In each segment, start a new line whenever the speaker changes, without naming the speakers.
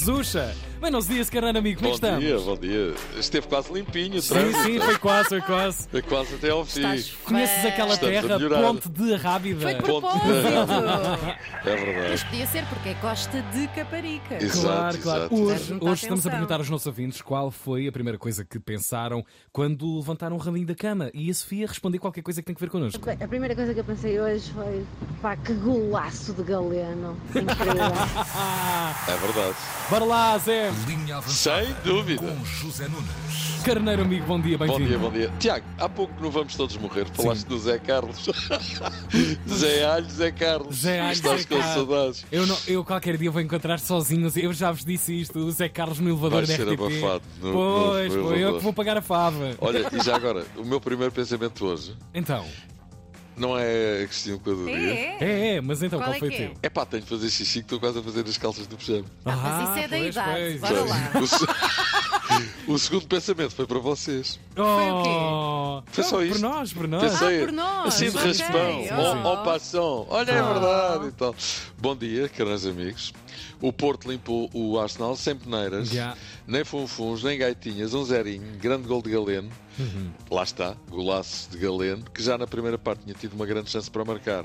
Xuxa. Buenos dias, caralho amigo, como é
Bom
que estamos?
dia, bom dia. Esteve quase limpinho, o
Sim,
trânsito.
sim, foi quase, foi quase.
Foi quase até ao fim.
Estás feio.
Conheces aquela
Estamos a
terra,
melhorar.
Ponte de Rábida?
Foi de
Ponto.
propósito.
É verdade.
Isto podia ser porque é Costa de Caparica.
Isso.
Claro,
Exato,
claro.
exato,
exato.
Hoje,
Muita
hoje estamos a
atenção.
perguntar aos nossos ouvintes qual foi a primeira coisa que pensaram quando levantaram o raminho da cama e a Sofia respondeu qualquer coisa que tem que ver connosco.
Bem, a primeira coisa que eu pensei hoje foi pá, que golaço de galeno. Incrível.
É verdade.
Bora lá, Zé!
Linha avançada
Sem dúvida.
com José Nunes.
Carneiro amigo, bom dia,
Bom dia,
bem-vindo.
bom dia. Tiago, há pouco que não vamos todos morrer. Falaste do Zé Carlos. Zé Alho, Zé Carlos.
Zé Alho,
Estás
Zé
com
Carlos.
saudades.
Eu, não- eu qualquer dia vou encontrar sozinho, eu já vos disse isto, o Zé Carlos no elevador
Vai
da
ser
RTP.
abafado no-
pois,
no- no
foi eu
elevador.
que vou pagar a fava.
Olha, e já agora, o meu primeiro pensamento hoje
Então,
não é a questão que eu diria.
É, é.
é, é, mas então qual,
Qual é
foi o
que
teu?
é?
É pá, tenho de fazer xixi que estou quase a fazer as calças do pijama.
Ah, mas isso é da
pois,
idade,
pois.
bora lá.
O se- O segundo pensamento foi para vocês.
o quê?
Oh,
Foi só
não,
isto.
Por nós, por nós.
Pensei,
Ah, por nós,
Assim de
ok. Ah.
raspão,
Oh.
ao, passão. Olha, é verdade e tal. Bom dia, caros amigos. O Porto limpou o Arsenal sem peneiras,
Já.
nem funfuns, nem gaitinhas, um zerinho, grande gol de Galeno.
Uhum.
Lá está, golaço de Galeno, que já na primeira parte tinha tido uma grande chance para marcar.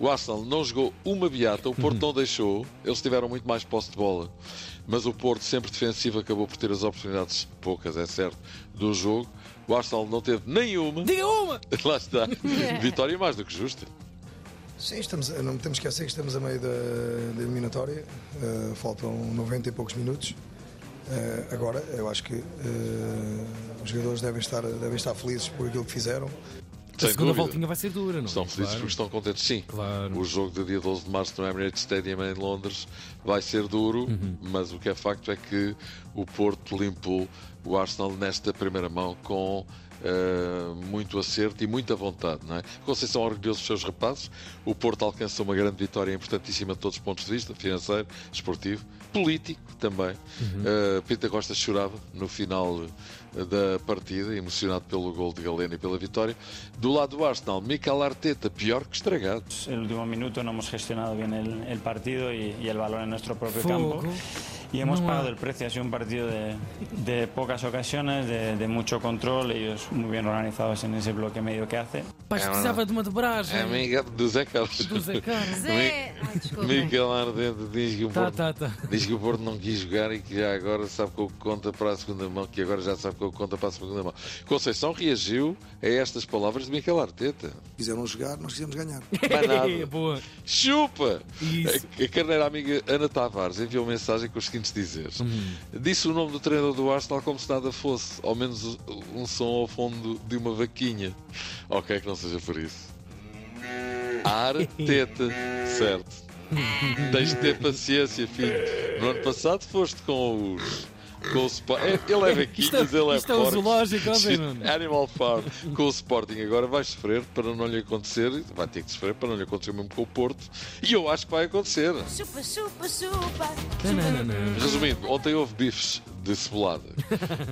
O Arsenal não jogou uma beata, o
Uhum.
Porto não deixou, eles tiveram muito mais posse de bola. Mas o Porto, sempre defensivo, acabou por ter as oportunidades, poucas é certo, do jogo. O Arsenal não teve nenhuma.
Diga uma!
Lá está. Vitória mais do que justa.
Sim, estamos, a- não temos que esquecer que estamos a meio da, da eliminatória, eh, faltam 90 e poucos minutos. Eh, agora, eu acho que eh, os jogadores devem estar, devem estar felizes por aquilo que fizeram.
A
Sem
segunda
dúvida.
voltinha vai ser dura, não
Estão
é?
felizes
Claro.
porque estão contentes, sim.
Claro.
O jogo de dia 12 de março no Emirates Stadium em Londres vai ser duro, mas o que é facto é que o Porto limpou o Arsenal nesta primeira mão com eh, muito acerto e muita vontade. Não é? Conceição orgulhoso dos seus rapazes, o Porto alcança uma grande vitória importantíssima de todos os pontos de vista, financeiro, esportivo, político também. Eh, Pinta Costa chorava no final eh, da partida, emocionado pelo gol de Galeno e pela vitória. Do lado do Arsenal, Mikel Arteta, pior que estragado.
El último minuto no hemos gestionado bien el, el partido y, y el valor en nuestro propio campo.
Fogo.
Y hemos
No,
pagado
ah.
el precio. Ha sido un partido de, de pocas ocasiones, de, de mucho control. Ellos muy bien organizados en ese bloque medio que hace.
Pais, precisava de uma dobragem.
É amiga do Zé Carlos.
Do Zé
É,
Carlos. é.
Zé. Ai, desculpa.
Miquel Ardente diz que, o
Tá,
Porto,
tá, tá.
diz que o Porto não quis jogar e que já agora sabe com o que conta para a segunda mão, que agora já sabe com o que conta para a segunda mão. Conceição reagiu a estas palavras de Miquel Arteta.
Quiseram jogar, nós quisemos ganhar.
Mais nada.
Boa.
Chupa!
Isso.
A, a carneira amiga Ana Tavares enviou mensagem com os seguintes dizeres.
Hum.
Disse o nome do treinador do Arsenal como se nada fosse, ao menos um som ao fundo de uma vaquinha. Ok, que não seja por isso. Arteta, certo. Tens de ter paciência, filho. No ano passado foste com os. Com o Spa- é, Ele é
Isto é-
vaquinhas, ele é
isto é o
porcos.
zoológico, ó,
Sim,
Nuno.
Animal Farm com o Sporting agora vai sofrer para não lhe acontecer, vai ter que sofrer para não lhe acontecer o mesmo com o Porto, e eu acho que vai acontecer.
Chupa, chupa, chupa.
É
Tananana.
Resumindo, ontem houve bifes de cebolada,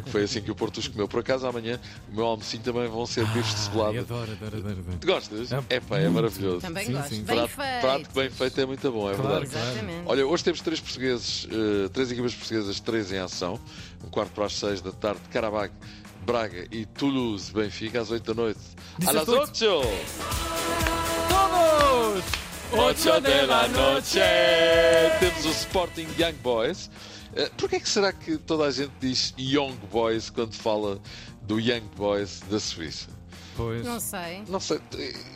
que foi assim que o Porto os comeu. Por acaso amanhã o meu almocinho também vão ser bifes de
Ai,
cebolada.
Ah, adoro, adoro, adoro. adoro.
Gostas?
É
É pá, é maravilhoso.
Também
Sim,
gosto.
sim.
Bem
Prato-
feito.
Prato bem feito é muito bom, é
Claro,
verdade.
Exatamente.
Olha, hoje temos três portugueses, eh, três equipas portuguesas, três em ação. Um quarto para as seis da tarde, Carabag, Braga e Toulouse, Benfica, às oito da noite.
Disse
Às
às
las
oito.
ocho!
Todos! Ocho de la noche!
Temos o Sporting Young Boys. Eh, Porquê é que será que toda a gente diz Young Boys quando fala do Young Boys da Suíça?
Pois.
Não sei.
Não sei,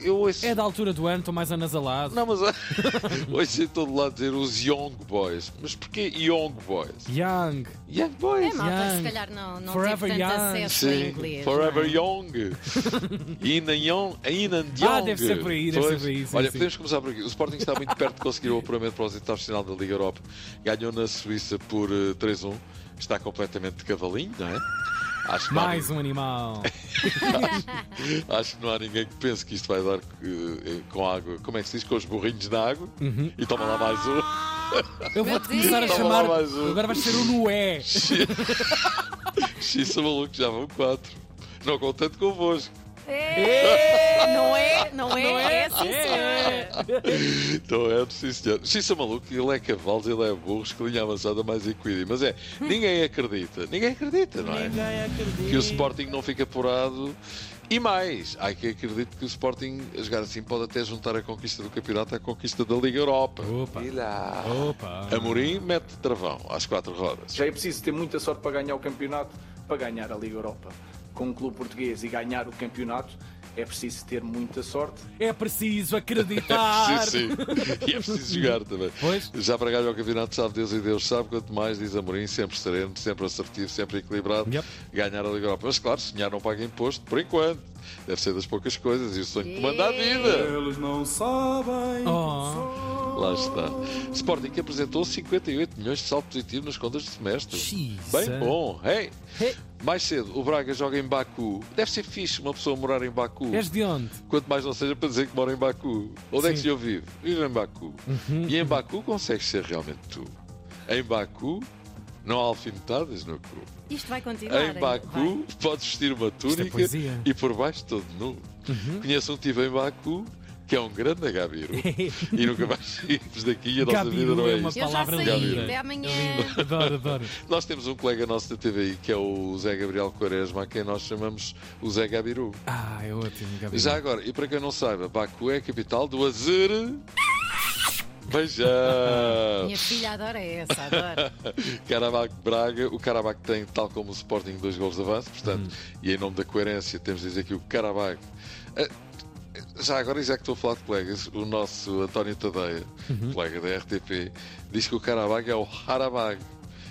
eu ouço...
É da altura do ano, estou mais anasalado.
Não, mas hoje em todo lado dizer os Young Boys. Mas porquê Young Boys?
Young.
Young
É
Boys!
malta, que
Young.
se calhar não, não
Forever
teve tanto
young.
acesso a inglês.
Forever
não é?
Young. Inan Young. Inan Young.
Ah, deve ser por aí, deve
Pois.
ser por aí, sim,
Olha,
sim.
podemos começar por aqui. O Sporting está muito perto de conseguir o apuramento para os oitavos de final da Liga Europa. Ganhou na Suíça por eh, 3-1. Está completamente de cavalinho, não é? Acho que, não há
Mais um animal.
ninguém- acho que não há ninguém que pense que isto vai dar eh, com água. Como é que se diz? Com os burrinhos na água.
Uhum.
E toma lá mais um.
Eu
Meu
vou-te começar a
Deus.
chamar.
Toma lá mais um.
Agora vais ser o Noé.
Xisa maluco, já vão quatro. Não contando convosco.
Não é? Não é? é? sim,
É.
senhora.
Então é, sim senhor. Xissa maluco, ele é cavalos, ele é burros, que linha avançada mais equídeo. Mas é, ninguém acredita. Ninguém acredita, não é?
Ninguém acredita.
Que o Sporting não fica apurado. E mais, há quem acredite que o Sporting, a jogar assim, pode até juntar a conquista do campeonato à conquista da Liga Europa.
Opa.
E lá.
Opa.
Amorim mete travão às quatro rodas.
Já é preciso ter muita sorte para ganhar o campeonato, para ganhar a Liga Europa. Com um clube português e ganhar o campeonato, é preciso ter muita sorte
É preciso
É
acreditar.
preciso, sim. E é preciso jogar também.
Pois.
Já para ganhar o campeonato, sabe Deus e Deus sabe. Quanto mais, diz Amorim, sempre sereno, sempre assertivo, sempre equilibrado.
Yep.
Ganhar a Liga Europa. Mas claro, sonhar não paga imposto, por enquanto. Deve ser das poucas coisas. E o sonho que manda a vida.
Eles não sabem.
Oh,
Lá está. Sporting que apresentou 58 milhões de saldo positivo nas contas de semestre.
Xisa.
Bem bom. Hey.
Hey.
Mais cedo, o Braga joga em Baku. Deve ser fixe uma pessoa morar em Baku.
és de onde?
Quanto mais não seja para dizer que mora em Baku. Onde é que
Sim. Uhum.
eu vivo? Vivo em Baku. E em Baku consegues ser realmente tu. Em Baku não há alfinetadas no cu.
Isto vai continuar.
Em Baku podes vestir uma túnica
é poesia. Uhum.
e por baixo todo nu. Conheço um tipo em Baku que é um grande agabiru. e nunca mais saímos daqui a nossa vida
Gabiru
não
é
é
uma
isso.
Eu já
Palavra
saí.
livre.
Até amanhã.
Adoro, adoro.
Nós temos um colega nosso da TVI que é o Zé Gabriel Quaresma, a quem nós chamamos o Zé Gabiru.
Ah, é ótimo, Gabi.
Já agora, e para quem não saiba, Baku é a capital do Azure. Beijão!
Minha filha adora essa, adora.
Carabac Braga, o Carabac tem, tal como o Sporting, dois gols de avanço, portanto, e em nome da coerência, temos de dizer que o Carabac. Ah, Já agora, e já que estou a falar de colegas, o nosso António Tadeia,
Uhum.
colega da RTP, diz que o Carabac é o Harabag.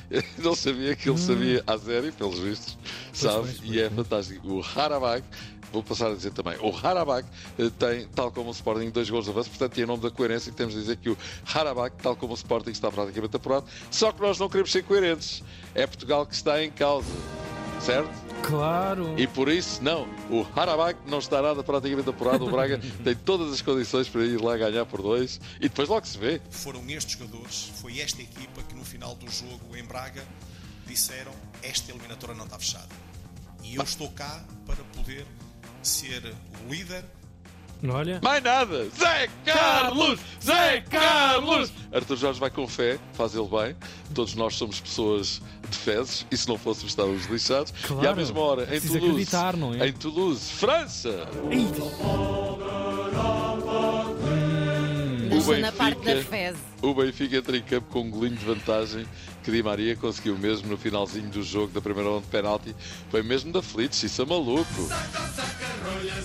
Eu não sabia que ele sabia a zero, e pelos vistos, sabe,
Hum. pois,
e é fantástico. O Harabag. Vou passar a dizer também. O Harabak eh, tem, tal como o Sporting, dois gols de avanço. Portanto, e em nome da coerência, temos de dizer que o Harabak, tal como o Sporting, está praticamente apurado. Só que nós não queremos ser coerentes. É Portugal que está em causa. Certo?
Claro.
E por isso, não, o Harabac não está nada praticamente apurado. O Braga tem todas as condições para ir lá ganhar por dois e depois logo se vê.
Foram estes jogadores, foi esta equipa que no final do jogo em Braga disseram esta eliminatória não está fechada. E eu estou cá para poder ser o líder.
Olha.
Mais nada! Zé Carlos! Zé Carlos! Arthur Jorge vai com fé, faz ele bem. Todos nós somos pessoas de fezes e se não fôssemos estávamos lixados.
Claro.
E à mesma hora, em
Preciso
Toulouse,
acreditar, não é?
em Toulouse, França,
Ih,
o
Estou na parte da
Benfica-
fez.
O Benfica entra em campo com um golinho de vantagem que Di Maria conseguiu mesmo no finalzinho do jogo da primeira ronda de penalti. Foi mesmo da Flitz, isso é maluco.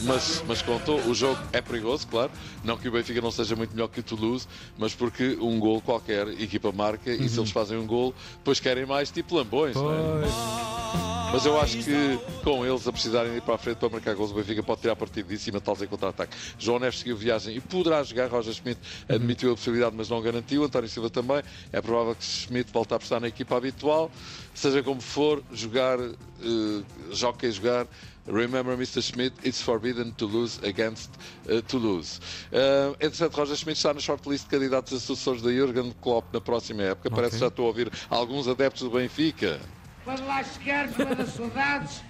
Mas, mas contou, o jogo é perigoso, claro. Não que o Benfica não seja muito melhor que o Toulouse, mas porque um gol qualquer equipa marca e se eles fazem um gol, depois querem mais, tipo lambões, não é?
Pois.
Mas eu acho que com eles a precisarem ir para a frente para marcar gols, o Benfica pode tirar partido disso e matá-los em contra-ataque. João Neves seguiu viagem e poderá jogar. Roger Schmidt admitiu a possibilidade, mas não garantiu. António Silva também. É provável que Schmidt volte a apostar na equipa habitual. Seja como for, jogar, eh, joga quem jogar. Remember, Mr. Schmidt, it's forbidden to lose against eh, Toulouse. Eh, entretanto, Roger Schmidt está na shortlist de candidatos a sucessores da Jürgen Klopp na próxima época. Parece que já estou a ouvir alguns adeptos do Benfica.
Quando lá chegar, todas as saudades,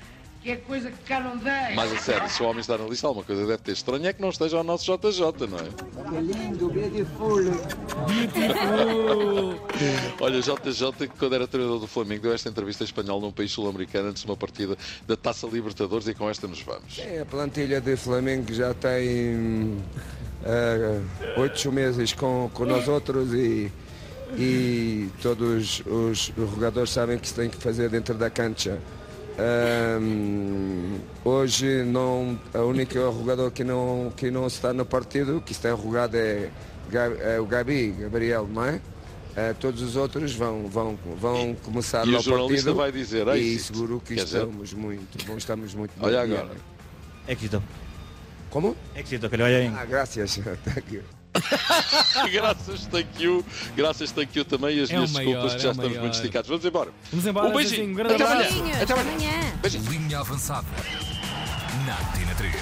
que é coisa que cá não dá.
Mas a sério, se o homem está na lista, alguma coisa deve ter estranho é que não esteja o nosso JJ, não é? Olha, JJ, que quando era treinador do Flamengo, deu esta entrevista em espanhol num país sul-americano antes de uma partida da Taça Libertadores e com esta nos vamos.
É a plantilha Eh, de Flamengo que já tem eh, oito meses com, com nós outros e, e todos os, os jogadores sabem o que se tem que fazer dentro da cancha. Ahm, hoje não, a única jogador que não, que não está no partido, que está jogado é, Ga- é o Gabi, Gabriel, não é? Eh, todos os outros vão, vão, vão começar
e o
lá
jornalista
partido
vai dizer, "Ah,
e
isso-
seguro que
quer dizer-
é
estamos muito, bom, estamos muito
Olha
bem.
agora.
Éxito,
Como?
éxito, que le vaya bien.
Ah, gracias. Thank you.
graças, thank you. Graças, thank you também e as
É
minhas
o maior,
desculpas que já
é o
estamos
maior.
muito esticados. Vamos embora.
Vamos embora,
Um
beijinho,
beijinho.
grande
Até amanhã.
Beijinhos, até amanhã.
Linha avançada. Na Antena 3.